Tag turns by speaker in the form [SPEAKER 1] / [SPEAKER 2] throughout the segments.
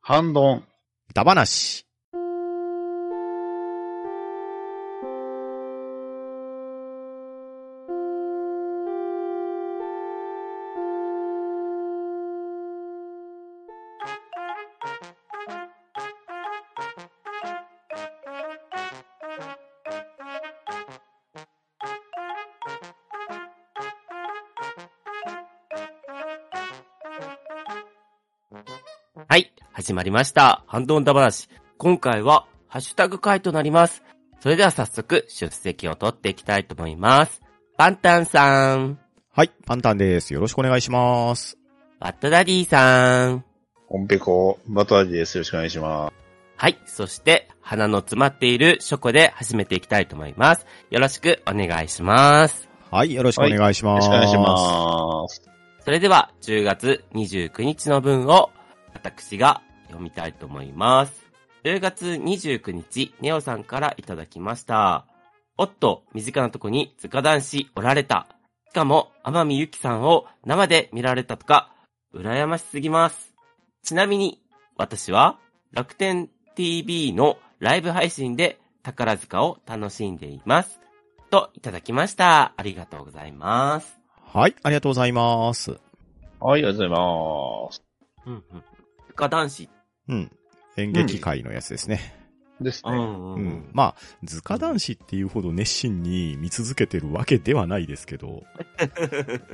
[SPEAKER 1] 反論。
[SPEAKER 2] ダバなし。
[SPEAKER 3] はい、始まりました。ハンドンダ話。今回は、ハッシュタグ回となります。それでは早速、出席を取っていきたいと思います。パンタンさん、
[SPEAKER 2] はい、パンタンです。よろしくお願いします。
[SPEAKER 3] バットダディさん、
[SPEAKER 1] コンペコ、バトラジです。よろしくお願いします。
[SPEAKER 3] はい、そして、鼻の詰まっているショコで始めていきたいと思います。よろしくお願いします。
[SPEAKER 2] はい、よろしくお願いし
[SPEAKER 1] よ
[SPEAKER 2] ま
[SPEAKER 1] ろし
[SPEAKER 2] す。
[SPEAKER 1] くお願いします。
[SPEAKER 3] それでは、10月29日の文を、私が読みたいと思います。10月29日、ネオさんからいただきました。おっと、身近なとこに塚男子おられた。しかも、天海祐希さんを生で見られたとか、羨ましすぎます。ちなみに、私は、楽天 TV のライブ配信で宝塚を楽しんでいます。と、いただきました。ありがとうございます。
[SPEAKER 2] はい、ありがとうございます。
[SPEAKER 1] はい、ありがとうござい
[SPEAKER 3] うんうん。塚男子。
[SPEAKER 2] うん。演劇界のやつですね。
[SPEAKER 1] ます。です
[SPEAKER 3] う
[SPEAKER 1] ね。
[SPEAKER 3] ん
[SPEAKER 2] う。
[SPEAKER 3] うんん。
[SPEAKER 2] まあ、図鑑男子っていうほど熱心に見続けてるわけではないですけ ど、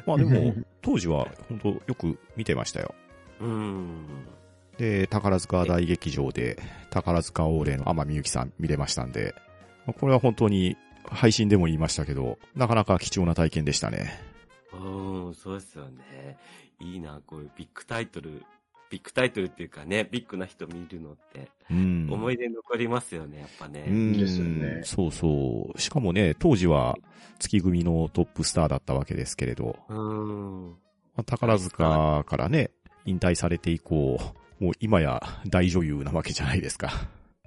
[SPEAKER 2] まあでも、当時は本当よく見てましたよ。
[SPEAKER 3] うん。
[SPEAKER 2] で、宝塚大劇場で、宝塚オーレの天海祐希さん見れましたんで、まあこれは本当に配信でも言いましたけど、なかなか貴重な体験でしたね。
[SPEAKER 3] うん、そうですよね。いいな、こういうビッグタイトル。ビッグタイトルっていうかね、ビッグな人見るのって、
[SPEAKER 2] うん。
[SPEAKER 3] 思い出残りますよね、やっぱ
[SPEAKER 2] う
[SPEAKER 3] ね。
[SPEAKER 2] ん
[SPEAKER 1] ですよね
[SPEAKER 2] そうそう。しかもね、当時は月組のトップスターだったわけですけれど、
[SPEAKER 3] うん。
[SPEAKER 2] まあ宝塚からね、引退されて以降、もう今や大女優なわけじゃないですか。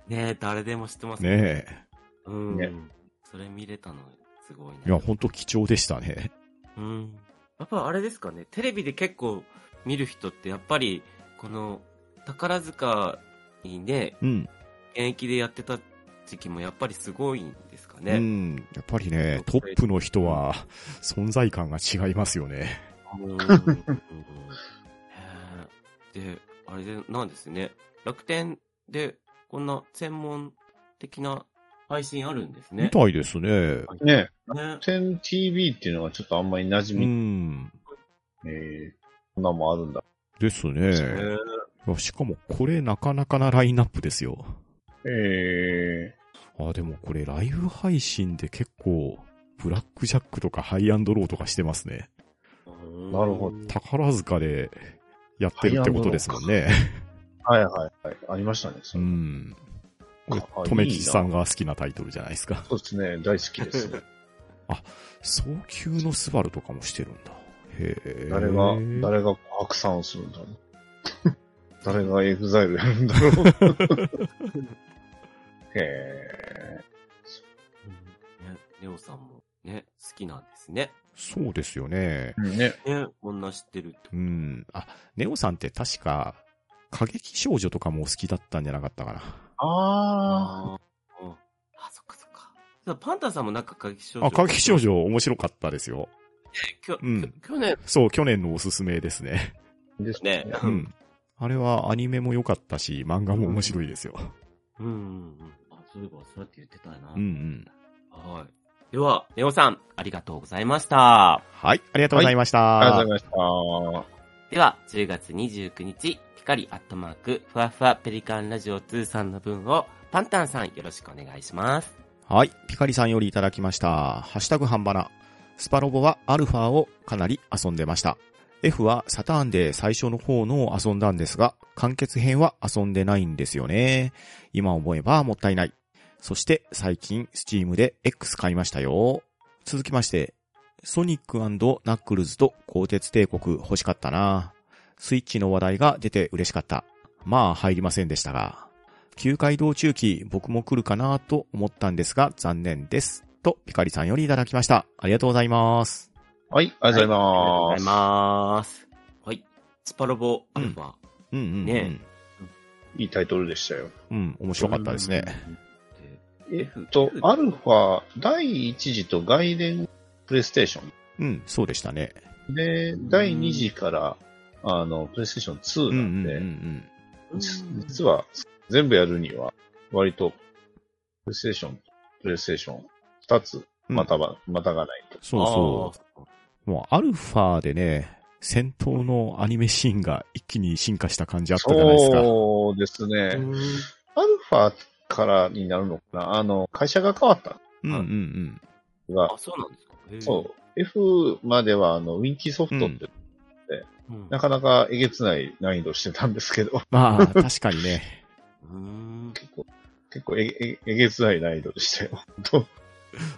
[SPEAKER 3] ねえ誰でも知ってますね。
[SPEAKER 2] ね
[SPEAKER 3] うん、
[SPEAKER 1] ね
[SPEAKER 3] それ見れたの、すごいね。
[SPEAKER 2] え。いや、ほんと貴重でしたね。
[SPEAKER 3] うん。やっぱあれですかね、テレビで結構見る人って、やっぱり、この、宝塚にね、
[SPEAKER 2] うん。
[SPEAKER 3] 現役でやってた時期もやっぱりすごいんですかね。
[SPEAKER 2] うん。やっぱりね、トップの人は存在感が違いますよね。
[SPEAKER 3] うんへえで、あれで、なんですね。楽天で、こんな専門的な配信あるんです
[SPEAKER 2] み
[SPEAKER 3] ね。
[SPEAKER 2] たいですね。
[SPEAKER 1] ね、
[SPEAKER 3] ね。
[SPEAKER 1] 10 TV っていうのがちょっとあんまり馴
[SPEAKER 2] う
[SPEAKER 1] 染み、
[SPEAKER 2] ん。
[SPEAKER 1] えー、こんなもんあるんだ。
[SPEAKER 2] です
[SPEAKER 3] へ
[SPEAKER 2] ね。
[SPEAKER 3] え
[SPEAKER 2] いやしかもこれなかなかなラインナップですよ。
[SPEAKER 1] え
[SPEAKER 2] あ、でもこれライブ配信で結構、ブラックジャックとかハイアンドローとかしてますね。
[SPEAKER 1] なるほど
[SPEAKER 3] うん
[SPEAKER 2] 宝塚でやってるってことですもんね。
[SPEAKER 1] ー、はいはいはい。ありましたね。
[SPEAKER 2] う
[SPEAKER 1] その
[SPEAKER 2] ん。これ
[SPEAKER 1] あ、
[SPEAKER 2] とめきちさ
[SPEAKER 1] いい
[SPEAKER 2] んが好きなタイトルじゃないですか
[SPEAKER 1] な。。そうですね。大好きですね。
[SPEAKER 2] 早急のスバルとかもしてるんだ。へえ。
[SPEAKER 1] 誰が、誰が白山をするんだろう。 誰がエグザイルやるんだろう。 へ
[SPEAKER 3] うんね、レオさんもね、好きなんですね。
[SPEAKER 2] そうですよね。
[SPEAKER 1] ーね。
[SPEAKER 3] ね、こんな知ってるって。
[SPEAKER 2] うん。あ、ネオさんって確か、過激少女とかもお好きだったんじゃなかったかな。
[SPEAKER 1] あ
[SPEAKER 3] あーうんあ、そっかそっか。そうパンタさんもなんか過激少女。
[SPEAKER 2] あ、過激少。女面白かったですよ。
[SPEAKER 3] きょ、
[SPEAKER 2] うん
[SPEAKER 3] きょ去年、
[SPEAKER 2] そう、去年のおすすめですね。
[SPEAKER 1] あ。です
[SPEAKER 3] ね
[SPEAKER 1] ね。
[SPEAKER 2] う。ん。あれはアニメも良かったし、漫画も面白いですよ。
[SPEAKER 3] うんうんうん。あ、そういえば、そうやって言ってたよな。
[SPEAKER 2] うんうん。
[SPEAKER 3] はい。では、ネオさん、ありがとうございました。
[SPEAKER 2] はい、ありがとうございました。
[SPEAKER 1] ありがとうございまし
[SPEAKER 3] では、10月29日、ピカリアットマーク、ふわふわペリカンラジオ2さんの分を、パンタンさんよろしくお願いします。
[SPEAKER 2] はい、ピカリさんよりいただきました。ハッシュタグ半ばな。スパロボはアルファをかなり遊んでました。F はサターンで最初の方のを遊んだんですが、完結編は遊んでないんですよね。今思えばもったいない。そして最近、スチームで X 買いましたよ。続きまして、ソニックナックルズと鋼鉄帝国欲しかったな。スイッチの話題が出て嬉しかった。まあ入りませんでしたが。旧街道中期、僕も来るかなと思ったんですが、残念です。と、ピカリさんよりいただきました。ありがとうございます。
[SPEAKER 1] た。はい、ありがとう
[SPEAKER 3] ありがとう
[SPEAKER 1] ご
[SPEAKER 3] ご
[SPEAKER 1] ざ
[SPEAKER 3] ざ
[SPEAKER 1] い
[SPEAKER 3] い
[SPEAKER 1] ま
[SPEAKER 3] ます。はい。スパロボアルファ、
[SPEAKER 2] うんうん、うん。
[SPEAKER 3] ね
[SPEAKER 1] いいタイトルでしたよ。
[SPEAKER 2] うん、面白かったですね。
[SPEAKER 1] えっと、アルファ第1次と外伝プレイステーショ
[SPEAKER 2] うん、そうでしたね。
[SPEAKER 1] ン。で、第2次から、あの、プレイステーション2
[SPEAKER 2] うん、う、
[SPEAKER 1] なんん
[SPEAKER 2] うん
[SPEAKER 1] で、
[SPEAKER 2] うん。
[SPEAKER 3] うん
[SPEAKER 1] じ実は全部やるには、割と、プレイステーション、プレイステーション、2つ、またば、またがないと。
[SPEAKER 2] そうそう。もう、アルファでね、戦闘のアニメシーンが一気に進化した感じあったじゃないですか。
[SPEAKER 1] そうです
[SPEAKER 3] あー
[SPEAKER 1] ね。アルファからになるのかなあの、会社が変わった
[SPEAKER 2] うんうんうん。
[SPEAKER 1] のが、
[SPEAKER 3] あ、そうなんですか。へー
[SPEAKER 1] そう、F までは、あの、ウィンキーソフトって、
[SPEAKER 2] うん
[SPEAKER 3] うん。
[SPEAKER 1] なかなかえげつない難易度してたんですけど、
[SPEAKER 2] まあ、確かにね。
[SPEAKER 3] うん
[SPEAKER 1] 結構、結構えげえげつない難易度でしたよ。本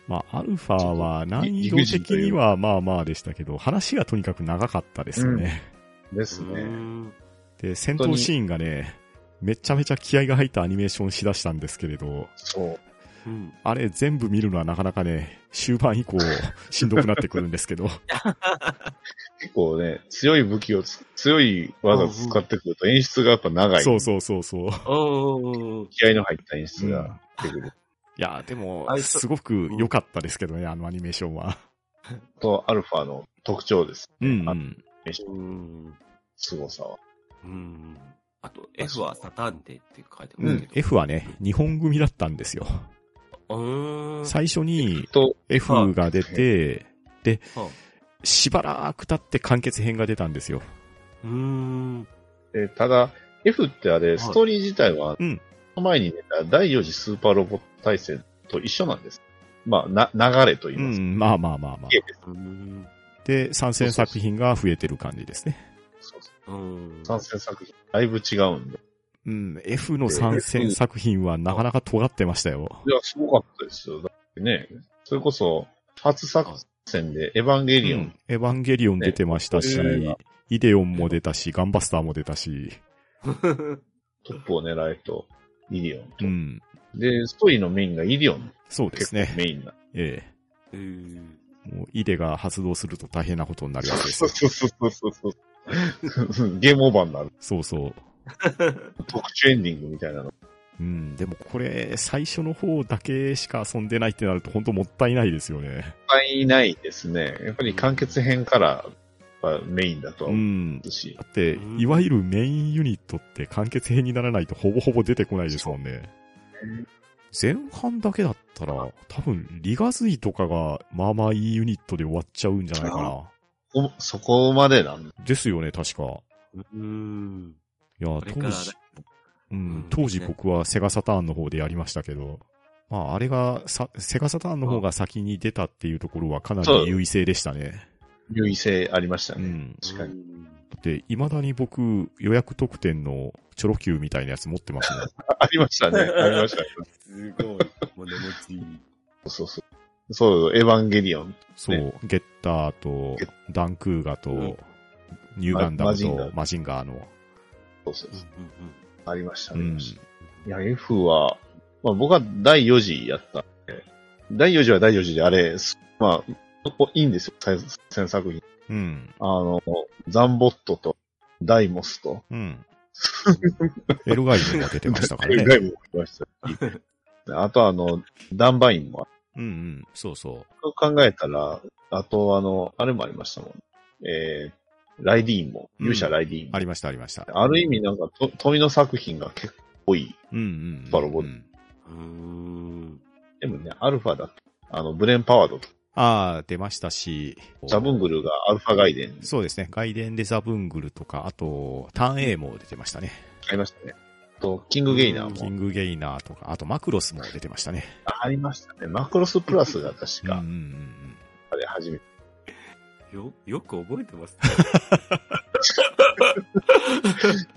[SPEAKER 2] まあ、アルファは難易度的にはまあまあでしたけど、話がとにかく長かったですよね。
[SPEAKER 1] 当です
[SPEAKER 3] う
[SPEAKER 1] ね。
[SPEAKER 3] ん
[SPEAKER 2] で、戦闘シーンがね、めちゃめちゃ気合が入ったアニメーションしだしたんですけれど、
[SPEAKER 1] そう。
[SPEAKER 3] うん。
[SPEAKER 2] あれ全部見るのはなかなかね、終盤以降しんどくなってくるんですけど、
[SPEAKER 1] 結構ね、強い武器をつ、強い技を使ってくると演出がやっぱ長い。
[SPEAKER 2] そうそうそうそう。
[SPEAKER 3] うんうんうん。
[SPEAKER 1] 気合の入った演出
[SPEAKER 2] うん
[SPEAKER 1] が出てくる。
[SPEAKER 2] いや、でも
[SPEAKER 3] あ、れそ
[SPEAKER 2] すごく良かったですけどね、あのアニメーションは。
[SPEAKER 1] と、アルファの特徴です。
[SPEAKER 2] うん、う
[SPEAKER 1] あ
[SPEAKER 2] ん。
[SPEAKER 3] うん
[SPEAKER 1] 凄さは。
[SPEAKER 3] うん。あと、F はサターンでって書いて
[SPEAKER 2] う
[SPEAKER 3] ますけ
[SPEAKER 2] ん
[SPEAKER 3] ど。
[SPEAKER 2] F はね、日本組だったんですよ。
[SPEAKER 3] うん。
[SPEAKER 2] 最初に
[SPEAKER 1] と、
[SPEAKER 2] F が出て、で
[SPEAKER 3] はあ、
[SPEAKER 2] しばらく経って完結編が出たんですよ。
[SPEAKER 3] うん。
[SPEAKER 1] えーただ、F ってあれ、
[SPEAKER 3] い
[SPEAKER 1] ストーリー自体は、
[SPEAKER 2] うん
[SPEAKER 1] 前に出た第4次スーパーロボット対戦と一緒なんです。まあ、な、流れと言いうますか。
[SPEAKER 2] ん、まあまあまあまあ
[SPEAKER 1] ゲ。ームです
[SPEAKER 3] うん。
[SPEAKER 2] で、参戦作品が増えてる感じですね。
[SPEAKER 1] そうそう
[SPEAKER 3] うん。
[SPEAKER 1] 参 戦作品、だいぶ違うんで。
[SPEAKER 2] うん、F の参戦作品はなかなか尖ってましたよ。
[SPEAKER 1] いや、すごかったですよ。だってね、それこそ、初作戦でエヴァンゲリオン、
[SPEAKER 2] エヴァンゲリオン出てましたし、
[SPEAKER 1] ね
[SPEAKER 2] イデオンも出たし、ガンバスターも出たし、
[SPEAKER 1] トップを狙えと、イリオンと。
[SPEAKER 2] うん、
[SPEAKER 1] で、ストーリーのメインがイリオン、
[SPEAKER 2] そうで
[SPEAKER 1] 結
[SPEAKER 2] す
[SPEAKER 1] 構
[SPEAKER 2] ね。
[SPEAKER 1] メインな。
[SPEAKER 2] え
[SPEAKER 3] うん
[SPEAKER 2] え。もう、イデが発動すると大変なことになるやつです
[SPEAKER 1] そう
[SPEAKER 2] よ。
[SPEAKER 1] そうそうそう そう。ゲームオーバーになる。
[SPEAKER 2] そうそう。
[SPEAKER 1] 特殊エンディングみたいなの。
[SPEAKER 2] うん、でもこれ、最初の方だけしか遊んでないってなると、本当もったいないですよね。
[SPEAKER 1] いっぱいないですね。やっぱり完結編からやっぱメインだとは
[SPEAKER 2] う
[SPEAKER 1] 思
[SPEAKER 2] ん。
[SPEAKER 1] うし、
[SPEAKER 2] だって、いわゆるメインユニットって完結編にならないとほぼほぼ出てこないですもんね。前半だけだったら、多分、リガズイとかが、まあまあいいユニットで終わっちゃうんじゃないか
[SPEAKER 1] こそこまでなんだ。
[SPEAKER 2] な。ですよね、確か。
[SPEAKER 3] うん。
[SPEAKER 2] いや
[SPEAKER 3] こ、れか
[SPEAKER 2] 当
[SPEAKER 3] ら
[SPEAKER 2] 時、う
[SPEAKER 3] うん
[SPEAKER 2] ん、当時
[SPEAKER 3] ね
[SPEAKER 2] 僕はセガサターンの方でやりましたけど、まあ、あれがさ、セガサターンの方が先に出たっていうところはかな
[SPEAKER 1] そう
[SPEAKER 2] り優位性でしたね。
[SPEAKER 1] 優位性ありました
[SPEAKER 2] う
[SPEAKER 1] ね。
[SPEAKER 2] ん。
[SPEAKER 1] 確かに。
[SPEAKER 2] で、未だに僕、予約特典のチョロ Q みたいなやつ持ってますね。
[SPEAKER 1] ありました ね。ありましたね。
[SPEAKER 3] すごい。もう持ちいい。
[SPEAKER 1] そうそう。そう、エヴァンゲリオン。
[SPEAKER 2] そう、ゲッターと
[SPEAKER 1] ゲ、
[SPEAKER 2] ダンクーガと、
[SPEAKER 3] うん
[SPEAKER 2] ニューガンダ
[SPEAKER 1] マ
[SPEAKER 2] ム
[SPEAKER 1] マジンガ
[SPEAKER 2] とマジンガーの。
[SPEAKER 1] そうそうそうありました、
[SPEAKER 2] う
[SPEAKER 1] ね
[SPEAKER 2] ん。
[SPEAKER 1] いや、F は、まあ僕は第4次やったんで、第4次は第4次であれ、すまあ、ここいいんですよ、再戦作品。
[SPEAKER 2] うん。
[SPEAKER 1] あの、ザンボットと、ダイモスと、
[SPEAKER 2] うん。エルガイムが出てましたからね。
[SPEAKER 1] ガイも来ましたし。あとあの、ダンバインも
[SPEAKER 2] うんうん。そうそ
[SPEAKER 1] そう考えたら、あと、あの、あれもありましたもん。えー、ライディーンも、
[SPEAKER 2] うん
[SPEAKER 1] 勇者ライディーン
[SPEAKER 2] う。
[SPEAKER 1] も。
[SPEAKER 2] ありました、ありました。
[SPEAKER 1] ある意味、なんか、と富の作品が結構多い。
[SPEAKER 2] うんうんうん。
[SPEAKER 1] バロボ
[SPEAKER 2] うん
[SPEAKER 3] うん。
[SPEAKER 1] でもね、アルファだと、あの、ブレンパワードと、
[SPEAKER 2] ああ、出ましたし。
[SPEAKER 1] ザブングルがアルファガイデン
[SPEAKER 2] そうですね。外伝でザブングルとか、あと、ターン A も出てましたね。
[SPEAKER 1] ありましたね。あと、キングゲイナ
[SPEAKER 3] うん
[SPEAKER 1] ー
[SPEAKER 2] キン
[SPEAKER 1] も
[SPEAKER 2] グゲイナーとか、あとマクロスも出てましたね。
[SPEAKER 1] ありましたね。マクロスプラスが確
[SPEAKER 2] うんう
[SPEAKER 1] か、
[SPEAKER 2] んうん。
[SPEAKER 1] あれ初めて。
[SPEAKER 3] よ、よく覚えてます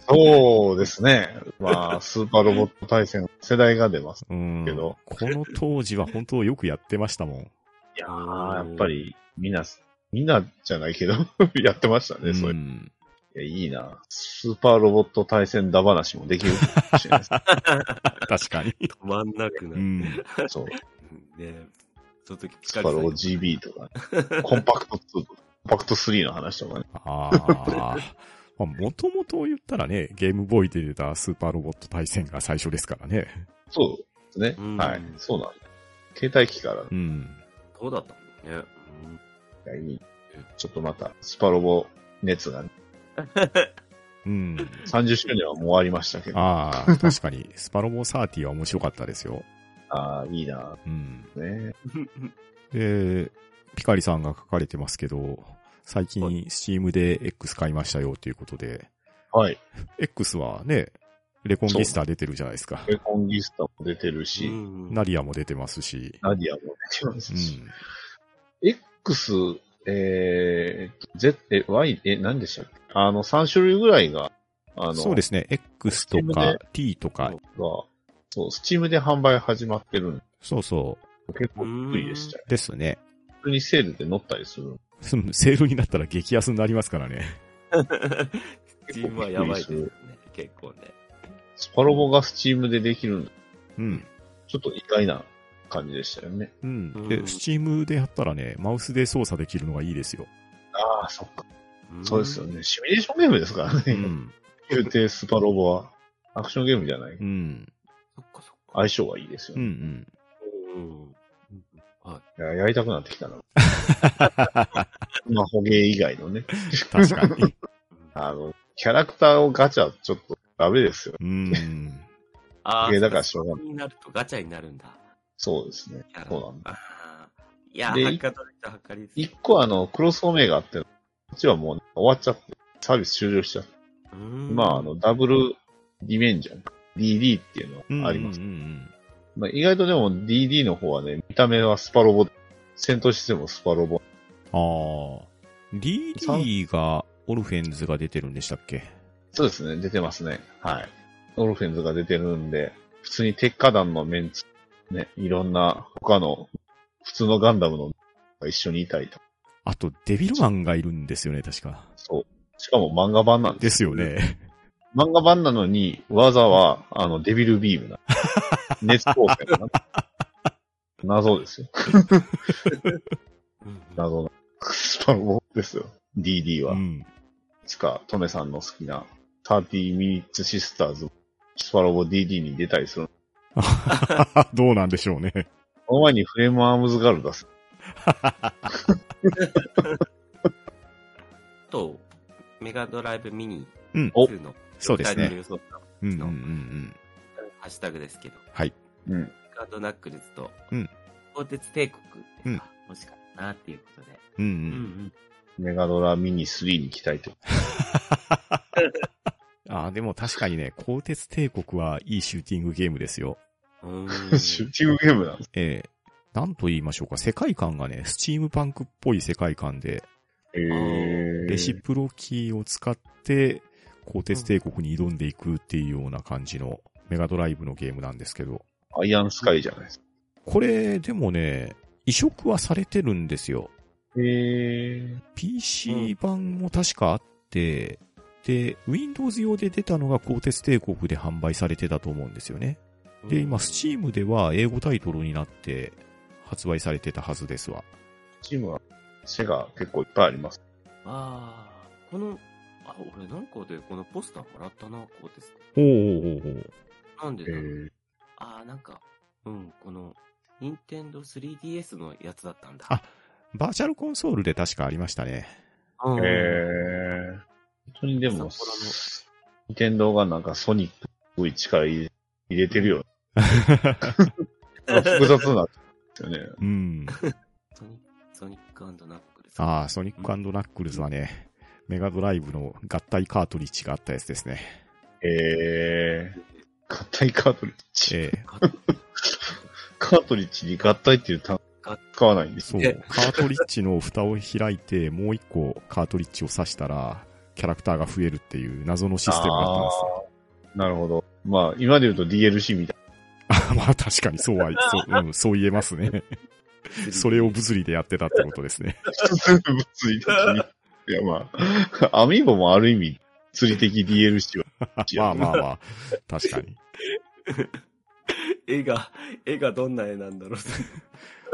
[SPEAKER 1] そうですね。まあ、 スーパーロボット対戦、世代が出ます。
[SPEAKER 2] うん、
[SPEAKER 1] けど
[SPEAKER 2] この当時は本当よくやってましたもん。
[SPEAKER 1] いやー、やっぱり、みんな、みんなじゃないけど、 やってましたね、そういうう。
[SPEAKER 2] ん、
[SPEAKER 1] いや、いいな。スーパーロボット対戦だ話もできるかもしれないで
[SPEAKER 2] 確かに。
[SPEAKER 3] 止まんなくな
[SPEAKER 2] う
[SPEAKER 3] る。ね
[SPEAKER 2] ん。
[SPEAKER 1] す。そう。
[SPEAKER 3] その時聞
[SPEAKER 1] ス
[SPEAKER 3] か
[SPEAKER 1] ー
[SPEAKER 3] れ
[SPEAKER 1] パーロ
[SPEAKER 3] て
[SPEAKER 1] ボ GB とか、コンパクト2とか、コンパクト3の話とかね。
[SPEAKER 2] ああ。 まあ、もともと言ったらね、ゲームボーイで出たスーパーロボット対戦が最初ですからね。
[SPEAKER 1] そうですね。
[SPEAKER 3] うん
[SPEAKER 1] はい。そうなんだ。携帯機から、
[SPEAKER 2] うん。
[SPEAKER 3] そうだったもんね。
[SPEAKER 1] ちょっとまた、スパロボ熱が、ね、
[SPEAKER 2] うん。
[SPEAKER 1] 30周年はもうありましたけど、あ
[SPEAKER 2] ああ、確かに、スパロボ30は面白かったですよ。
[SPEAKER 1] あー、いいな
[SPEAKER 2] うん。
[SPEAKER 1] ぁね。
[SPEAKER 3] うん。
[SPEAKER 2] で、ピカリさんが書かれてますけど、最
[SPEAKER 3] は
[SPEAKER 2] 近 Steam で X 買いましたよということで、
[SPEAKER 1] はい。
[SPEAKER 2] X はね、レコンギスタ出てるじゃないですか。
[SPEAKER 1] レコンギスタも出てるし、
[SPEAKER 2] ナリアも出てますし。
[SPEAKER 1] ナディアも出てま
[SPEAKER 2] う
[SPEAKER 1] すし、
[SPEAKER 2] ん。
[SPEAKER 1] X、えー、Z、え、Y、え、何でしたっけあの、3種類ぐらいが、あの、
[SPEAKER 2] そうですね。X と
[SPEAKER 1] Steam
[SPEAKER 2] か
[SPEAKER 1] で
[SPEAKER 2] T とか
[SPEAKER 1] が、、そう、スチームで販売始まってるんで、
[SPEAKER 2] そうそ
[SPEAKER 1] 結構得意でしたよ
[SPEAKER 2] う。ですね。
[SPEAKER 1] 普通にセールで乗ったりする。
[SPEAKER 2] うん セールになったら激安になりますからね。
[SPEAKER 3] スチームはやばいですね。結構ね。
[SPEAKER 1] スパロボがスチームでできるんで
[SPEAKER 2] うん。
[SPEAKER 1] ちょっと意外な感じでしたよね。
[SPEAKER 2] うん。
[SPEAKER 3] う
[SPEAKER 2] で、
[SPEAKER 3] ん
[SPEAKER 2] スチームでやったらね、マウスで操作できるのがいいですよ。
[SPEAKER 1] ああ、そっか。そうですよね。シミュレーションゲームですからね。
[SPEAKER 2] うん。
[SPEAKER 1] 言うて、スパロボは。アクションゲームじゃない。
[SPEAKER 2] うん。
[SPEAKER 3] そっかそっか。
[SPEAKER 1] 相性がいいですよ
[SPEAKER 2] うんう
[SPEAKER 1] ね。
[SPEAKER 2] ん。
[SPEAKER 3] うん。
[SPEAKER 1] いややりたくなってきた な。まあ、捕鯨以外のね。
[SPEAKER 2] 確か に。
[SPEAKER 1] あの、キャラクターをガチャ、ちょっとダメですよ。
[SPEAKER 2] うん。
[SPEAKER 3] あ
[SPEAKER 1] い
[SPEAKER 3] あ、
[SPEAKER 1] やだからしょうがな
[SPEAKER 3] になるとガチャになるんだ。
[SPEAKER 1] そうですね。そうなんだ。
[SPEAKER 3] だ。あーいや、は
[SPEAKER 1] で
[SPEAKER 3] かどれとはかり
[SPEAKER 1] 一個あの、クロスオメガって、こっちはもう終わっちゃって、サービス終了しちゃって。まあ、あの、ダブルリベンジャー、DD っていうのはあります。
[SPEAKER 2] うんうんうん
[SPEAKER 1] まあ、意外とでも DD の方はね、見た目はスパロボ、戦闘システムもスパロボ。
[SPEAKER 2] うん。ああ。DD が、オルフェンズが出てるんでしたっけ
[SPEAKER 1] そうですね、出てますね。はい。オルフェンズが出てるんで、普通に鉄火団のメンツ、ね、いろんな他の、普通のガンダムのが一緒にいたりとか。
[SPEAKER 2] あと、デビルマンがいるんですよね、確か。
[SPEAKER 1] そう。しかも漫画版なんで
[SPEAKER 2] ですよね。
[SPEAKER 1] 漫画版なのに、技は、あの、デビルビームな。熱光線な。謎ですよ。
[SPEAKER 3] うん、
[SPEAKER 1] 謎の。スパロボですよ。DD は。
[SPEAKER 2] うん。
[SPEAKER 1] いつか、トメさんの好きな、30 Minutes Sisters、スパロボ DD に出たりする。
[SPEAKER 2] どうなんでしょうね。
[SPEAKER 1] この前にフレームアームズガール出す。
[SPEAKER 3] と、メガドライブミニ
[SPEAKER 2] うん
[SPEAKER 1] お
[SPEAKER 3] 2の
[SPEAKER 2] そうです
[SPEAKER 3] タイトル
[SPEAKER 2] ね。
[SPEAKER 3] 予想
[SPEAKER 2] うんうんうんうん。
[SPEAKER 3] ハッシュタグですけど、
[SPEAKER 1] うん。
[SPEAKER 3] ガードナックルズと、
[SPEAKER 2] うん
[SPEAKER 3] 鋼鉄帝国っ
[SPEAKER 2] う
[SPEAKER 3] て
[SPEAKER 2] ん
[SPEAKER 3] か、もしかなっていうことで。
[SPEAKER 2] うんう。
[SPEAKER 3] うんん
[SPEAKER 1] メガドラミニ3に期待と。
[SPEAKER 2] ああ、でも確かにね、鋼鉄帝国はいいシューティングゲームですよ。
[SPEAKER 3] うん。う
[SPEAKER 1] シュ
[SPEAKER 3] ーん
[SPEAKER 1] ーティングゲームなんです。
[SPEAKER 2] ええなんと言いましょうか、世界観がね、スチームパンクっぽい世界観で、
[SPEAKER 1] へー
[SPEAKER 2] レシプロキーを使って、鋼鉄帝国に挑んでいくっていうような感じのメガドライブのゲームなんですけど、
[SPEAKER 1] アイアンスカイじゃないですか。
[SPEAKER 2] これ、でもね、移植はされてるんですよ。
[SPEAKER 1] へー
[SPEAKER 2] PC 版も確かあって、で、Windows 用で出たのが鋼鉄帝国で販売されてたと思うんですよね。で、今、Steam では英語タイトルになって発売されてたはずですわ。
[SPEAKER 1] チームは、背が結構いっぱいあります。
[SPEAKER 3] ああ、この、あ、俺なんかでこのポスターもらったな、こうです。
[SPEAKER 2] おーおーおーおー
[SPEAKER 3] なんで
[SPEAKER 1] へ
[SPEAKER 3] だろう。
[SPEAKER 1] ー
[SPEAKER 3] ああ、なんか、うん、この、任天堂 3DS のやつだったんだ。
[SPEAKER 2] あバーチャルコンソールで確かありましたね。
[SPEAKER 3] うん
[SPEAKER 1] へー本当にでも、
[SPEAKER 3] 札幌の
[SPEAKER 1] ニンテンドーがなんかソニックっぽい力入れ入れてるよ。 複雑なんですよね。
[SPEAKER 2] うん。
[SPEAKER 3] ソニソニックナックルズ。
[SPEAKER 2] ああ、ソニックナックルズはね、メガドライブの合体カートリッジがあったやつですね。
[SPEAKER 1] えー、合体カートリッジ。
[SPEAKER 2] ええ
[SPEAKER 3] か
[SPEAKER 1] カートリッジに合体っていう単語使わないんです
[SPEAKER 2] そう
[SPEAKER 3] え。
[SPEAKER 2] カートリッジの蓋を開いて、もう一個カートリッジを刺したら、キャラクターが増えるっていう謎のシステムだったんですよ。
[SPEAKER 1] なるほど。まあ、今で言うと DLC みたい
[SPEAKER 2] あ まあ確かにそうは、そう、うん、そう言えます ね。それを物理でやってたってことですね。
[SPEAKER 1] な。全部物理 的に。いや、まあ、アミーボもある意味、釣り的 DLC は。
[SPEAKER 2] まあまあまあ、確かに。
[SPEAKER 3] 絵が、絵がどんな絵なんだろう。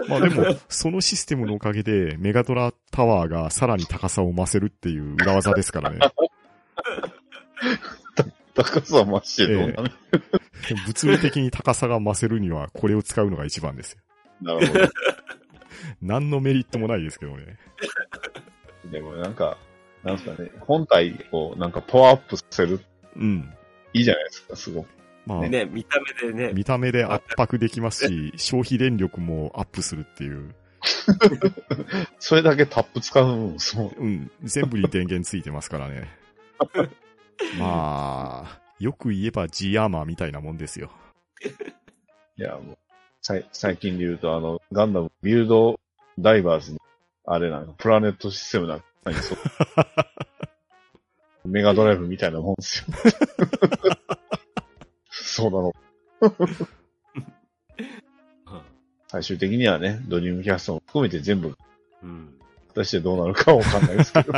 [SPEAKER 2] まあでも、そのシステムのおかげで、メガドラタワーがさらに高さを増せるっていう裏技ですからね。
[SPEAKER 1] 高さ増してどうなる、
[SPEAKER 2] 物理的に高さが増せるには、これを使うのが一番ですよ。
[SPEAKER 1] なるほど。
[SPEAKER 2] 何のメリットもないですけどね。
[SPEAKER 1] でもなんか、なんすかね、本体をなんかパワーアップさせる、
[SPEAKER 2] うん。
[SPEAKER 1] いいじゃないですか、すごく。
[SPEAKER 2] まあ、
[SPEAKER 3] ね、見た目でね、
[SPEAKER 2] 見た目で圧迫できますし、消費電力もアップするっていう。
[SPEAKER 1] それだけタップ使うん、そう。
[SPEAKER 2] うん。全部に電源ついてますからね。まあ、よく言えば G アーマーみたいなもんですよ。
[SPEAKER 1] いや、もう、さい最近で言うと、あの、ガンダム、ビルドダイバーズの、あれなんか、プラネットシステムなんか、何そうメガドライブみたいなもんですよ。 そうなの。最終的にはね、ドリームキャストも含めて全部、
[SPEAKER 3] うん。
[SPEAKER 1] 果たしてどうなるかはわかんないですけど。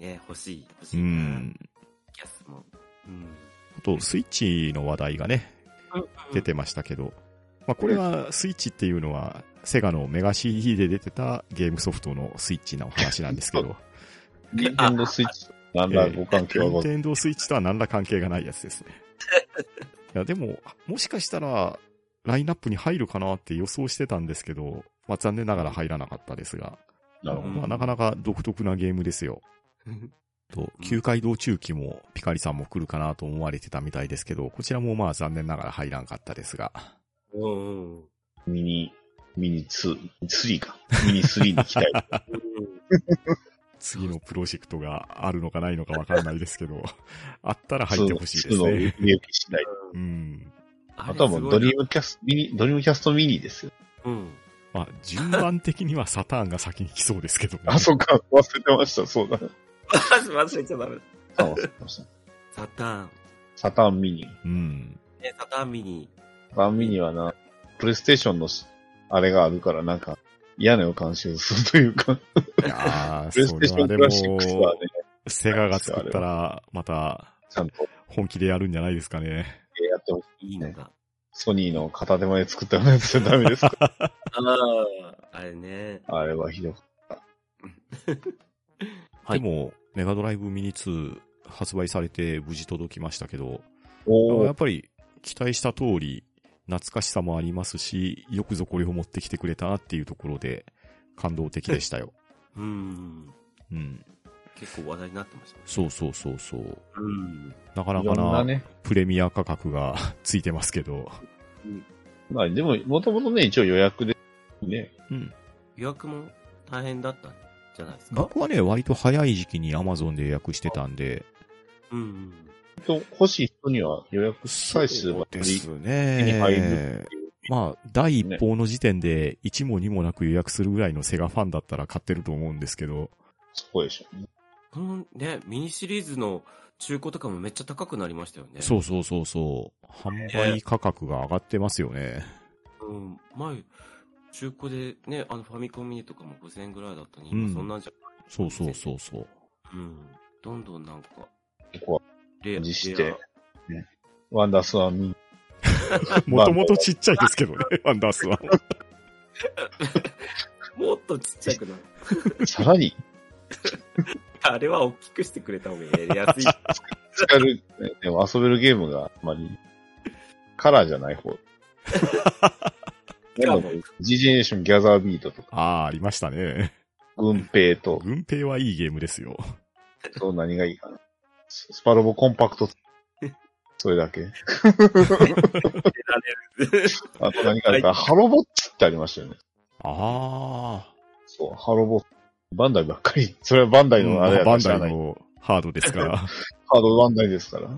[SPEAKER 3] え、欲しい、欲
[SPEAKER 2] う
[SPEAKER 3] しいな。
[SPEAKER 2] ん。
[SPEAKER 3] キャスも。うん。
[SPEAKER 2] あと、スイッチの話題がね、出てましたけど、まあ、これはスイッチっていうのは、セガのメガ CD で出てたゲームソフトのスイッチの話なんですけど、
[SPEAKER 1] ニンテンドスイッチと何らご関係はございません
[SPEAKER 2] Nintendo Switch とは何ら関係がないやつですね。いや、でも、もしかしたら、ラインナップに入るかなって予想してたんですけど、まあ、残念ながら入らなかったですが、
[SPEAKER 1] なるほど。
[SPEAKER 2] まあ、なかなか独特なゲームですよ。と、旧街道中期もピカリさんも来るかなと思われてたみたいですけど、こちらもまあ残念ながら入らんかったですが、
[SPEAKER 3] うんうんうん。
[SPEAKER 1] ミニ、ミニ2、3か。ミニ3に行きたい。
[SPEAKER 2] 次のプロジェクトがあるのかないのかわからないですけど、 あったら 入ってほしいです
[SPEAKER 1] そう
[SPEAKER 2] ね。
[SPEAKER 1] そう見受け次第
[SPEAKER 2] うん。
[SPEAKER 1] あとはもうドリー
[SPEAKER 3] ム。
[SPEAKER 1] ムキャスト、ミニ、ドリームキャストミニですよ。
[SPEAKER 3] うん。
[SPEAKER 2] まあ、順番的にはサターンが先に来そうですけどね、
[SPEAKER 1] あ、そうか、忘れてました、そうだ。
[SPEAKER 3] 忘れちゃダメだ。
[SPEAKER 1] あ忘れてました。
[SPEAKER 3] サターン。
[SPEAKER 1] サターンミニ。
[SPEAKER 2] うん。
[SPEAKER 3] ね、サターンミニ。
[SPEAKER 1] サターンミニはな、プレイステーションのしあれがあるから、なんか、嫌な予感しするというか、
[SPEAKER 2] いや ー
[SPEAKER 1] プレイス
[SPEAKER 2] それ
[SPEAKER 1] テーショ
[SPEAKER 2] は
[SPEAKER 1] ン
[SPEAKER 2] で
[SPEAKER 1] ク
[SPEAKER 2] も
[SPEAKER 1] ラシックスはね、、
[SPEAKER 2] セガが作ったら、また、
[SPEAKER 1] ちゃんと
[SPEAKER 2] 本気でやるんじゃないですかね。
[SPEAKER 1] やっても、
[SPEAKER 3] いいのか。
[SPEAKER 1] ソニーの片手間で作ったようなやつじゃダメですか。
[SPEAKER 3] ああ、あれね。
[SPEAKER 1] あれはひどく。
[SPEAKER 3] はい
[SPEAKER 2] でも、メガドライブミニ2発売されて無事届きましたけど、
[SPEAKER 1] お
[SPEAKER 2] やっ
[SPEAKER 1] ー、
[SPEAKER 2] ぱり期待した通り、懐かしさもありますし、よくぞこれを持ってきてくれたなっていうところで、感動的でしたよ。
[SPEAKER 3] うん。
[SPEAKER 2] うん。
[SPEAKER 3] 結構話題になってましたね。
[SPEAKER 2] そうそうそうそう。
[SPEAKER 3] うん。
[SPEAKER 2] なかない
[SPEAKER 1] ろ
[SPEAKER 2] か
[SPEAKER 1] ん
[SPEAKER 2] な、
[SPEAKER 1] なね。
[SPEAKER 2] プレミア価格が ついてますけど。
[SPEAKER 1] まあ、でも、もともとね、一応予約で、ね、
[SPEAKER 2] うん。
[SPEAKER 3] 予約も大変だったんじゃないですか。
[SPEAKER 2] 僕はね、割と早い時期に Amazon で予約してたんで、
[SPEAKER 3] うん。
[SPEAKER 1] と欲しい人には予約さえすれば、
[SPEAKER 2] です
[SPEAKER 1] 手に入る
[SPEAKER 2] ね
[SPEAKER 1] って。いう。
[SPEAKER 2] まあ、第一報の時点で1も2もなく予約するぐらいのセガファンだったら買ってると思うんですけど、
[SPEAKER 1] そこでしょうね。
[SPEAKER 3] このね、ミニシリーズの中古とかもめっちゃ高くなりましたよね。
[SPEAKER 2] そうそうそうそう。販売価格が上がってますよね。
[SPEAKER 3] う。うん。前、中古でね、あのファミコンミニとかも5000円ぐらいだったのに、
[SPEAKER 2] うん
[SPEAKER 3] 今そんなんじゃ、
[SPEAKER 2] そうそうそうそう。
[SPEAKER 3] うん。どんどんなんか、
[SPEAKER 1] ここは、
[SPEAKER 3] レ
[SPEAKER 1] 自して
[SPEAKER 3] レア
[SPEAKER 1] ワンダースワンミニ。
[SPEAKER 2] もともとちっちゃいですけどね、 ワンダースは。
[SPEAKER 3] もっとちっちゃくなる。
[SPEAKER 1] さらに、
[SPEAKER 3] あれは大きくしてくれた方がやりやすい。
[SPEAKER 1] 使える、ねでも遊べるゲームがあまり、カラーじゃない方。でも、G ジェネレーションギャザービートとか、
[SPEAKER 2] ああ、ありましたね。
[SPEAKER 1] 軍兵と、
[SPEAKER 2] 軍兵はいいゲームですよ。
[SPEAKER 1] そう何がいいかな。ススパロボコンパクト、それだけ。あと何かあるか、ハロボッツってありましたよね。
[SPEAKER 2] ああ。
[SPEAKER 1] そう、ハロボッツ。バンダイばっかり。それはバンダイのあれや
[SPEAKER 2] バ
[SPEAKER 1] か
[SPEAKER 2] ン
[SPEAKER 1] 知
[SPEAKER 2] ダ
[SPEAKER 1] ら
[SPEAKER 2] イ
[SPEAKER 1] ない。
[SPEAKER 2] のハードで すから。
[SPEAKER 1] ハードバンダイですから。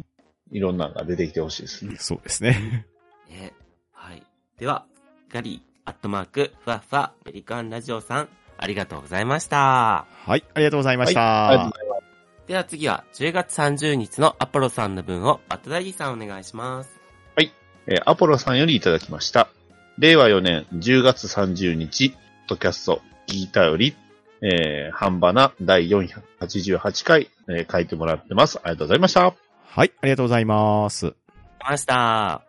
[SPEAKER 1] いろんなのが出てきてほしいですね。
[SPEAKER 2] そうですね。
[SPEAKER 3] ね。はい。では、ガリー、アットマーク、ふわふわ、メリカンラジオさん、ありがとうございました。
[SPEAKER 2] はい、ありがとうございました。
[SPEAKER 1] ありがとうございます
[SPEAKER 3] では次は、10月30日のアポロさんの分を、バットダディさんお願いします。
[SPEAKER 1] えーアポロさんよりいただきました。令和4年10月30日、ポッドキャスト、ギータより、えー、半ばな第488回、えー書いてもらってます。ありがとうございました。
[SPEAKER 2] はい、ありがとうございます。
[SPEAKER 3] 来ました。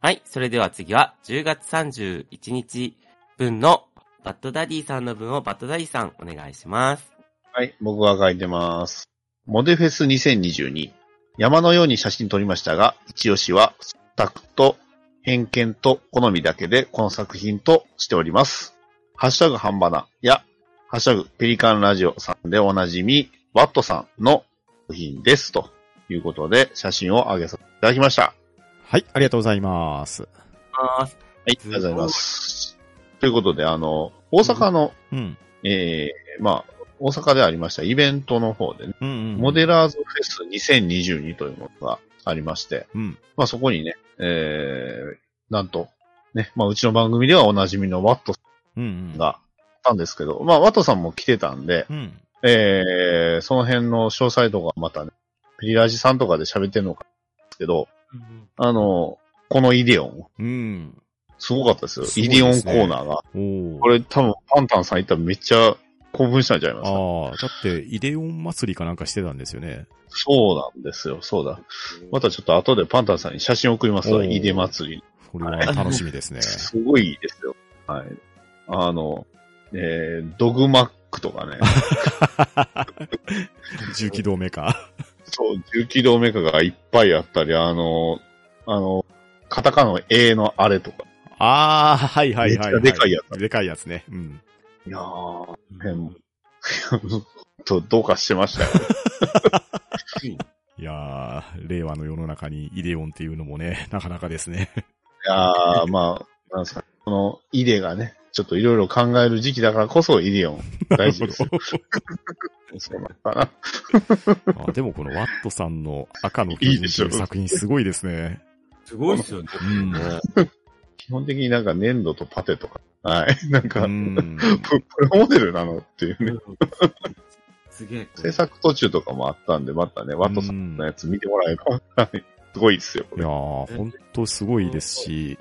[SPEAKER 3] はい。それでは次は、10月31日分の、バットダディさんの分を、バットダディさんお願いします。
[SPEAKER 1] はい、僕が書いてます。モデフェス2022。山のように写真撮りましたが、一押しは、タクと偏見と好みだけでこの作品としております。ハッシュタグ半ばなや、ハッシュタグペリカンラジオさんでおなじみ、ワットさんの作品です。ということで、写真を上げさせていただきました。
[SPEAKER 2] はい、ありがとうございます。
[SPEAKER 3] あー
[SPEAKER 1] はい、ありがとうございます。ということで、あの、大阪の、
[SPEAKER 2] うん。
[SPEAKER 1] えー、まあ、大阪でありましたイベントの方でね、
[SPEAKER 2] うん、うん。
[SPEAKER 1] モデラーズフェス2022というものがありまして、
[SPEAKER 2] うん。
[SPEAKER 1] まあそこにね、えー、なんと、ね、まあうちの番組ではおなじみのワットさ
[SPEAKER 2] うん、うんん。。
[SPEAKER 1] がいたんですけど、まあワットさんも来てたんで、
[SPEAKER 2] うん。
[SPEAKER 1] えー、その辺の詳細とかまたね、ピリラジさんとかで喋ってるのかですけど、あの、このイデオン、
[SPEAKER 2] うん。
[SPEAKER 1] すごかったですよ。
[SPEAKER 2] すごい
[SPEAKER 1] イ
[SPEAKER 2] で
[SPEAKER 1] デオ
[SPEAKER 2] すね
[SPEAKER 1] ンコーナーが。
[SPEAKER 2] おー
[SPEAKER 1] これ多分パンタンさん行ったらめっちゃ興奮したんじゃないますか。
[SPEAKER 2] ああ、だって、イデオン祭りかなんかしてたんですよね。
[SPEAKER 1] そうなんですよ、そうだ。またちょっと後でパンタンさんに写真送ります
[SPEAKER 2] お
[SPEAKER 1] わ、
[SPEAKER 2] ー
[SPEAKER 1] イデ祭りの
[SPEAKER 2] これは楽しみ ですね。
[SPEAKER 1] すごいですよ。はい。あの、えー、ドグマックと かね、
[SPEAKER 2] 重機同盟か。
[SPEAKER 1] そう、重機動メーカーがいっぱいあったり、あの、あの、カタカナの A のあれとか。
[SPEAKER 2] ああ、はいはいはい、は
[SPEAKER 1] めっちゃでかいやつ
[SPEAKER 2] でかいやつね。うん。
[SPEAKER 1] いやー、変。 と、どうかしてましたよ。
[SPEAKER 2] いやー、令和の世の中にイデオンっていうのもね、なかなかですね。
[SPEAKER 1] い やー、まあ、なんですか、このイデがね、ちょっといろいろ考える時期だからこそイデオン大事ですよ。そうなのかな。
[SPEAKER 2] あでもこのワットさんの赤の巨人という作品すごいですね。
[SPEAKER 3] すごいっすよね。
[SPEAKER 2] うん。
[SPEAKER 1] 基本的になんか粘土とパテとか、はい。 なんか、
[SPEAKER 2] うん。
[SPEAKER 1] ププロモデルなのっていうね。
[SPEAKER 3] すげえ。
[SPEAKER 1] 制作途中とかもあったんで、またね、ワットさんのやつ見てもらえば、 はいすごいですよ、こ
[SPEAKER 2] い
[SPEAKER 1] れ
[SPEAKER 2] や。ー、ほんとすごいですし、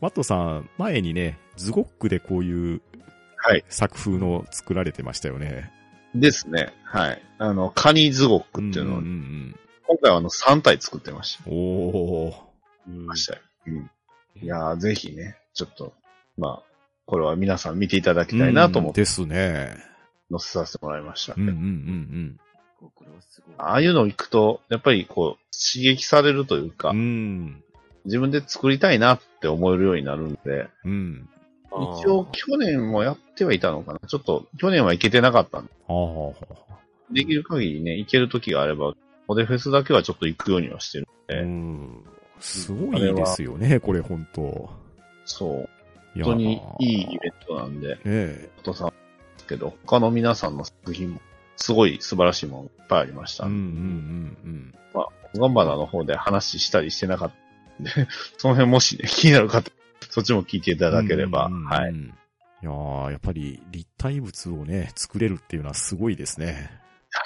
[SPEAKER 2] ワットさん、前にね、ズゴックでこういう
[SPEAKER 1] はい
[SPEAKER 2] 作風の作られてましたよね。
[SPEAKER 1] ですね。はい。あの、カニズゴックっていうのを、
[SPEAKER 2] うんうん
[SPEAKER 1] 今回はあの、3体作ってまし
[SPEAKER 2] うんおー。
[SPEAKER 3] うん
[SPEAKER 1] ましたよ。うん。いやー、ぜひね、ちょっと、まあ、これは皆さん見ていただきたいなと思って
[SPEAKER 2] ですね。
[SPEAKER 1] 載せさせてもらいました。
[SPEAKER 2] うんうんうん
[SPEAKER 3] これはすごい。
[SPEAKER 1] ああいうの行くと、やっぱりこう、刺激されるというか、
[SPEAKER 2] うん。うん。
[SPEAKER 1] 自分で作りたいなって思えるようになるんで、
[SPEAKER 2] うん。
[SPEAKER 1] 一応去年もやってはいたのかな。ちょっと、去年は行けてなかったんで
[SPEAKER 2] あー
[SPEAKER 1] できる限りね、行ける時があれば、モデフェスだけはちょっと行くようにはしてる。え
[SPEAKER 2] うん。すごいですよね、これほんと。
[SPEAKER 1] そう。
[SPEAKER 2] いやー
[SPEAKER 1] 本当にいいイベントなんで、
[SPEAKER 2] え
[SPEAKER 1] お父さんですけど、他の皆さんの作品も、すごい素晴らしいものいっぱいありまし
[SPEAKER 2] え。
[SPEAKER 1] た。
[SPEAKER 2] うんうん
[SPEAKER 1] まあ、ガンバナの方で話したりしてなかったんで、 その辺もしね、気になる方、そっちも聞いていた
[SPEAKER 2] うんうん。
[SPEAKER 1] だければ、
[SPEAKER 2] うんうんうん
[SPEAKER 1] はい。。
[SPEAKER 2] いやー、やっぱり立体物をね、作れるっていうのはすごいですね。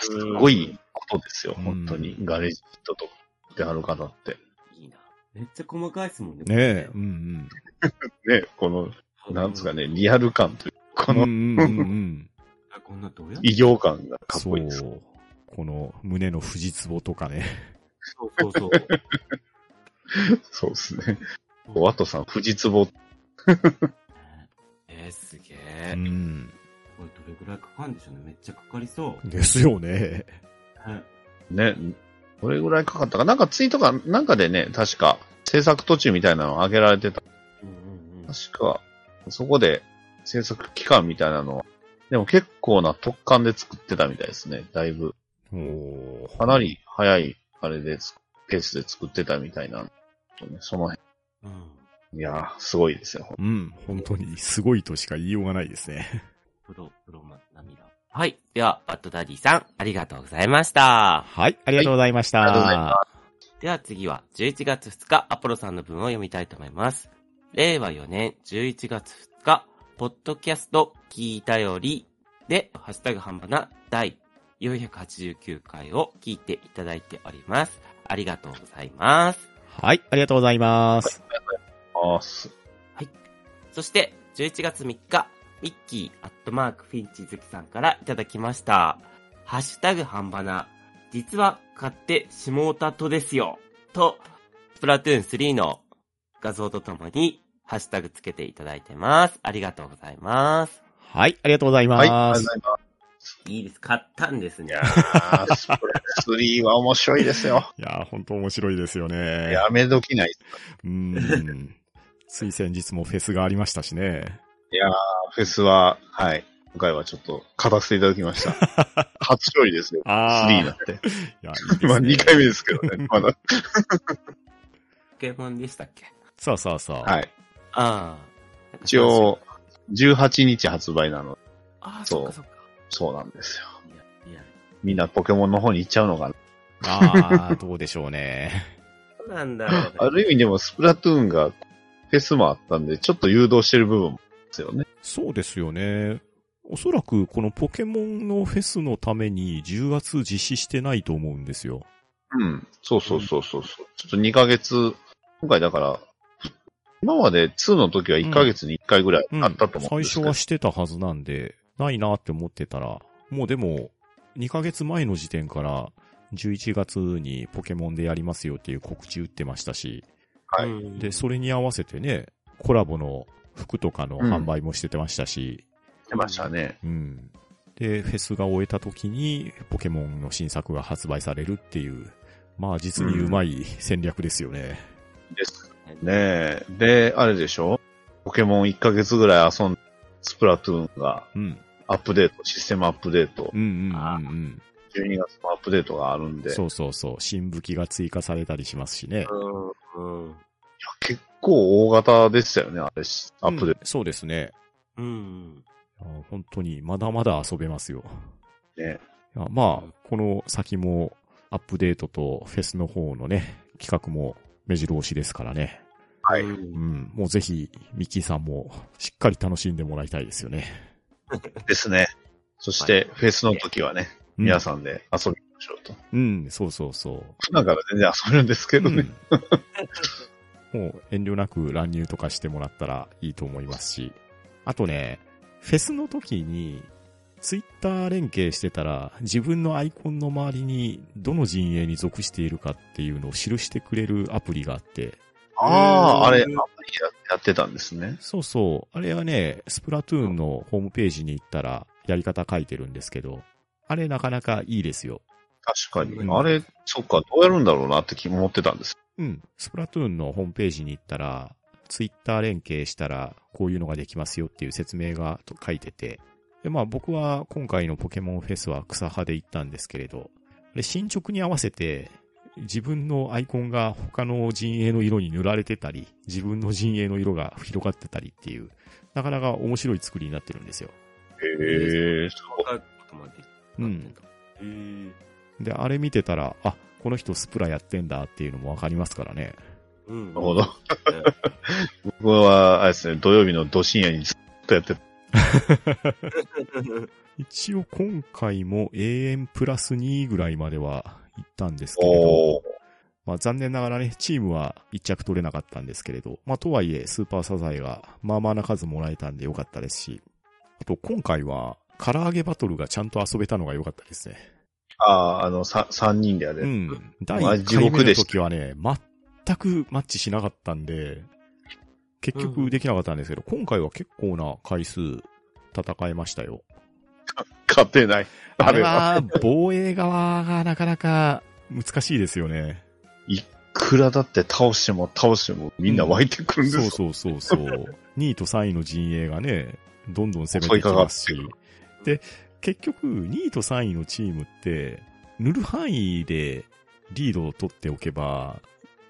[SPEAKER 1] すごいことですよ、
[SPEAKER 2] うん
[SPEAKER 1] 本当に。ガレージ人とかってある方って。
[SPEAKER 3] いいな。めっちゃ細かいですもんね。
[SPEAKER 2] ねえ。うんうん。
[SPEAKER 1] ね、この、なんですかね、リアル感というか、こ
[SPEAKER 2] うんう
[SPEAKER 1] の
[SPEAKER 2] んうんうん。
[SPEAKER 3] あ。こんなどうやって
[SPEAKER 1] 異形感がかっ
[SPEAKER 2] そ
[SPEAKER 1] こいいです。
[SPEAKER 2] う。この胸の藤壺とかね。
[SPEAKER 3] そうそうそう。
[SPEAKER 1] そうですね。ワトさん、富士壺、
[SPEAKER 3] えー、すげ
[SPEAKER 2] う
[SPEAKER 3] え。
[SPEAKER 2] ん。
[SPEAKER 3] これどれぐらいかかるんでしょうね。めっちゃかかりそう。
[SPEAKER 2] ですよね。
[SPEAKER 3] はい
[SPEAKER 1] ね、どれぐらいかかったか。なんかツイートか、なんかでね、確か、制作途中みたいなのを上げられてた。
[SPEAKER 3] うんうんうん。
[SPEAKER 1] 確か、そこで制作期間みたいなのは、でも結構な特感で作ってたみたいですね。だいぶ、
[SPEAKER 2] おー
[SPEAKER 1] かなり早い、あれで、ペースで作ってたみたいなんで。その辺。
[SPEAKER 3] うん。
[SPEAKER 1] いやー、すごいですよ。
[SPEAKER 2] うん、本当にすごいとしか言いようがないですね。
[SPEAKER 3] プロ、プロマ、涙。はい。では、バッドダディさん、ありがとうございました。
[SPEAKER 2] はい、ありがとうございました。
[SPEAKER 1] ありがとうございま
[SPEAKER 3] では次は、11月2日、アポロさんの文を読みたいと思います。令和4年11月2日、ポッドキャスト聞いたより、で、ハッシュタグ半端な第489回を聞いていただいております。ありがとうございます。
[SPEAKER 2] はい、ありがとうございます。
[SPEAKER 1] あーす。
[SPEAKER 3] そして、11月3日、ミッキーアットマークフィンチ好きさんからいただきました。ハッシュタグ半ばな。実は買ってしもうたとですよ。と、スプラトゥーン3の画像とともに、ハッシュタグつけていただいてます。ありがとうございます。
[SPEAKER 2] はい、ありがとうございます。
[SPEAKER 1] はい、ありがとうございます。
[SPEAKER 3] いいです。買ったんです
[SPEAKER 1] い
[SPEAKER 3] ね
[SPEAKER 1] や。ー、スプレス3は面白いですよ。
[SPEAKER 2] いやー、本当面白いですよ ね。
[SPEAKER 1] やめどきない。
[SPEAKER 2] うーん。つい先日もフェスがありましたしね。
[SPEAKER 1] いやー、フェスは、はい。今回はちょっと、勝たせていただきま した。初勝利ですよ。
[SPEAKER 2] あ
[SPEAKER 1] 3
[SPEAKER 2] い
[SPEAKER 1] だって。
[SPEAKER 2] や、
[SPEAKER 1] まあ
[SPEAKER 2] い
[SPEAKER 1] 2
[SPEAKER 2] いですね
[SPEAKER 1] 回目ですけど ね。まだ。
[SPEAKER 3] ポケモンでしたっけ
[SPEAKER 2] さあさあさあ。
[SPEAKER 1] はい。
[SPEAKER 3] ああ。
[SPEAKER 1] 一応、18日発売なの。
[SPEAKER 3] ああ、
[SPEAKER 1] そ
[SPEAKER 3] そうっかそっか。
[SPEAKER 1] そうなんですよ。
[SPEAKER 3] いや、
[SPEAKER 1] みんなポケモンの方に行っちゃうのかな。
[SPEAKER 2] ああ、どうでしょうね。
[SPEAKER 3] そうなんだろうね。
[SPEAKER 1] ある意味でもスプラトゥーンがフェスもあったんで、ちょっと誘導してる部分もありますよね。
[SPEAKER 2] そうですよね。おそらくこのポケモンのフェスのために10月実施してないと思うんですよ。
[SPEAKER 1] うん。そうそうそうそうそう。ちょっと2ヶ月、今回だから、今まで2の時は1ヶ月に1回ぐらいあったと思うん
[SPEAKER 2] 最
[SPEAKER 1] ですけ
[SPEAKER 2] 初
[SPEAKER 1] ど、
[SPEAKER 2] はしてたはずなんで、ないなって思ってたら、もうでも、2ヶ月前の時点から、11月にポケモンでやりますよっていう告知打ってましたし、
[SPEAKER 1] はい
[SPEAKER 3] うん
[SPEAKER 2] で、それに合わせてね、コラボの服とかの販売もしてましたし、
[SPEAKER 1] してましたね。
[SPEAKER 2] うん。で、フェスが終えた時に、ポケモンの新作が発売されるっていう、まあ実にうまい戦略ですよね。
[SPEAKER 1] ですね。で、あれでしょポケモン1ヶ月ぐらい遊んで、スプラトゥーンが
[SPEAKER 2] うん。うん、
[SPEAKER 1] アップデート、システムアップデート、
[SPEAKER 2] うん、うん、
[SPEAKER 1] 12月のアップデートがあるん
[SPEAKER 2] うん。
[SPEAKER 1] で、
[SPEAKER 2] そうそうそう。新武器が追加されたりしますしね。
[SPEAKER 3] うん。うん。
[SPEAKER 1] 結構大型でしたよね、あれ、アップデー
[SPEAKER 2] うんそうですね。
[SPEAKER 3] うん。
[SPEAKER 2] あ本当にまだまだ遊べますよ。
[SPEAKER 1] トね。
[SPEAKER 2] いやまあ、この先もアップデートとフェスの方のね、企画も目白押しですからね。
[SPEAKER 1] はい。
[SPEAKER 3] う
[SPEAKER 2] うんん。もうぜひ、ミッキーさんもしっかり楽しんでもらいたいですよね。
[SPEAKER 1] ですね。そして、フェスの時はね、
[SPEAKER 2] う
[SPEAKER 1] 皆さんで遊びましょうと。
[SPEAKER 2] うん、そうそうそう。
[SPEAKER 1] 普段から全然遊べるんですけどね。
[SPEAKER 2] うん、 もう遠慮なく乱入とかしてもらったらいいと思いますし。あとね、フェスの時に、ツイッター連携してたら、自分のアイコンの周りに、どの陣営に属しているかっていうのを記してくれるアプリがあって、
[SPEAKER 1] ああ、あれ、あ
[SPEAKER 3] うんん
[SPEAKER 1] まりやってたんですね。
[SPEAKER 2] そうそう、あれはね、スプラトゥーンのホームページに行ったら、やり方書いてるんですけど、あれなかなかいいですよ。
[SPEAKER 1] 確か
[SPEAKER 3] う
[SPEAKER 1] に。
[SPEAKER 3] ん
[SPEAKER 1] あれ、そっか、どうやるんだろうなって気も思ってたんです。
[SPEAKER 2] うん。スプラトゥーンのホームページに行ったら、ツイッター連携したら、こういうのができますよっていう説明がと書いてて。で、まあ僕は今回のポケモンフェスは草派で行ったんですけれど、あれ進捗に合わせて、自分のアイコンが他の陣営の色に塗られてたり、自分の陣営の色が広がってたりっていう、なかなか面白い作りになってるんですよ。
[SPEAKER 1] へえ、
[SPEAKER 3] 細かいことまで
[SPEAKER 2] うん。
[SPEAKER 3] へー
[SPEAKER 2] で、あれ見てたら、あ、この人スプラやってんだっていうのもわかりますからね。
[SPEAKER 3] うん。
[SPEAKER 1] なるほ ど。
[SPEAKER 3] うん。
[SPEAKER 1] 僕は、あれですね、土曜日の土深夜にずっとやってた。
[SPEAKER 2] 一応今回も AM プラス2ぐらいまでは行ったんですけれど、
[SPEAKER 1] おー
[SPEAKER 2] まあ残念ながらね、チームは一着取れなかったんですけれど、まあとはいえスーパーサザエがまあまあな数もらえたんでよかったですし、あと今回は唐揚げバトルがちゃんと遊べたのが良かったですね。
[SPEAKER 1] ああー、あの、さ三人であれ。
[SPEAKER 2] うん。第
[SPEAKER 1] まあ
[SPEAKER 2] 1
[SPEAKER 1] 地
[SPEAKER 2] 回目
[SPEAKER 1] 獄
[SPEAKER 2] の
[SPEAKER 1] でした
[SPEAKER 2] 時はね、全くマッチしなかったんで、結局できなかったんですけど、今回は結構な回数戦えましたよ。
[SPEAKER 1] 勝てない。
[SPEAKER 2] あ
[SPEAKER 1] あ
[SPEAKER 2] れ
[SPEAKER 1] れは。
[SPEAKER 2] は、防衛側がなかなか難しいですよね。
[SPEAKER 1] 蔵だって倒しても倒してもみんな湧いてくるんです
[SPEAKER 2] そ
[SPEAKER 1] よ。
[SPEAKER 2] うそうそう そう。2位と3位の陣営がね、どんどん攻めていきますし
[SPEAKER 1] 襲いか。
[SPEAKER 2] で、結局、2位と3位のチームって、塗る範囲でリードを取っておけば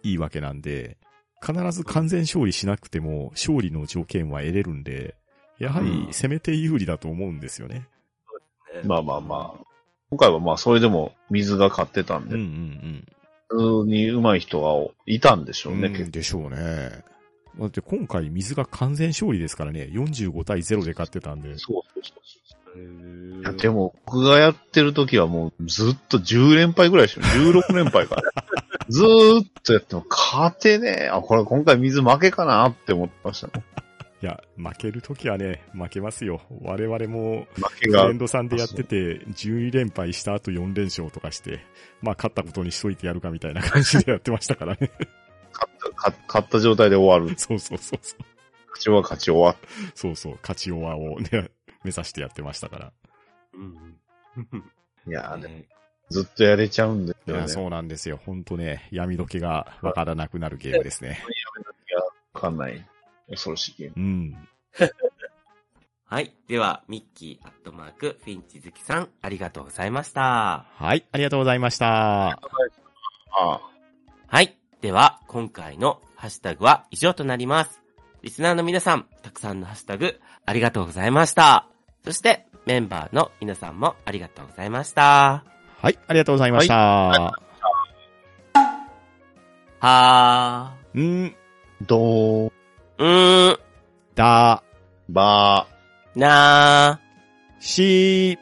[SPEAKER 2] いいわけなんで、必ず完全勝利しなくても勝利の条件は得れるんで、やはり攻めて有利だと思うんですよね。
[SPEAKER 1] まあまあまあ。今回はまあ、それでも水が買ってたん
[SPEAKER 2] うんう
[SPEAKER 1] で、
[SPEAKER 2] んうん。
[SPEAKER 1] 普通に上手い人がいたんでしょうね、
[SPEAKER 2] うん
[SPEAKER 1] 結構
[SPEAKER 2] でしょうね。だって今回水が完全勝利ですからね、45対0で勝ってたんで。
[SPEAKER 1] そうそうそう
[SPEAKER 3] へー
[SPEAKER 1] いやでも、僕がやってる時はもうずっと10連敗ぐらいでしょ ?16 連敗 から。ずーっとやっても勝てねえ。あ、これ今回水負けかなって思ってましたね。
[SPEAKER 2] いや、負けるときはね、負けますよ。我々も、
[SPEAKER 1] 負け
[SPEAKER 2] フ
[SPEAKER 1] が
[SPEAKER 2] レン。ドさんでやってて、12連敗した後4連勝とかして、まあ勝ったことにしといてやるかみたいな感じでやってましたからね。
[SPEAKER 1] 勝った勝勝った状態で終わる。
[SPEAKER 2] そうそうそうそう。
[SPEAKER 1] 勝ちは勝ち終わる。
[SPEAKER 2] そうそう、勝ち弱をね、目指してやってましたから。
[SPEAKER 3] うん
[SPEAKER 1] いやー、でも
[SPEAKER 3] ね
[SPEAKER 1] ずっとやれちゃうんで
[SPEAKER 2] い
[SPEAKER 1] すよ
[SPEAKER 2] や、
[SPEAKER 1] ね。
[SPEAKER 2] そうなんですよ。ほんとね、闇時計がわからなくなるゲームですね。
[SPEAKER 1] わかんない。恐ろしいゲーム。
[SPEAKER 2] うん。
[SPEAKER 3] はい。では、ミッキー、アットマーク、フィンチ好きさん、ありがとうございました。
[SPEAKER 2] はい、ありがとうございました。
[SPEAKER 1] ああ。
[SPEAKER 3] はい。では、今回のハッシュタグは以上となります。リスナーの皆さん、たくさんのハッシュタグ、ありがとうございました。そして、メンバーの皆さんもありがとうございました。
[SPEAKER 2] はい、ありがとうございました。
[SPEAKER 3] は
[SPEAKER 2] ん、
[SPEAKER 1] どー、
[SPEAKER 3] ー、うーん、
[SPEAKER 2] だ、
[SPEAKER 1] ばー。
[SPEAKER 3] なー。
[SPEAKER 2] し、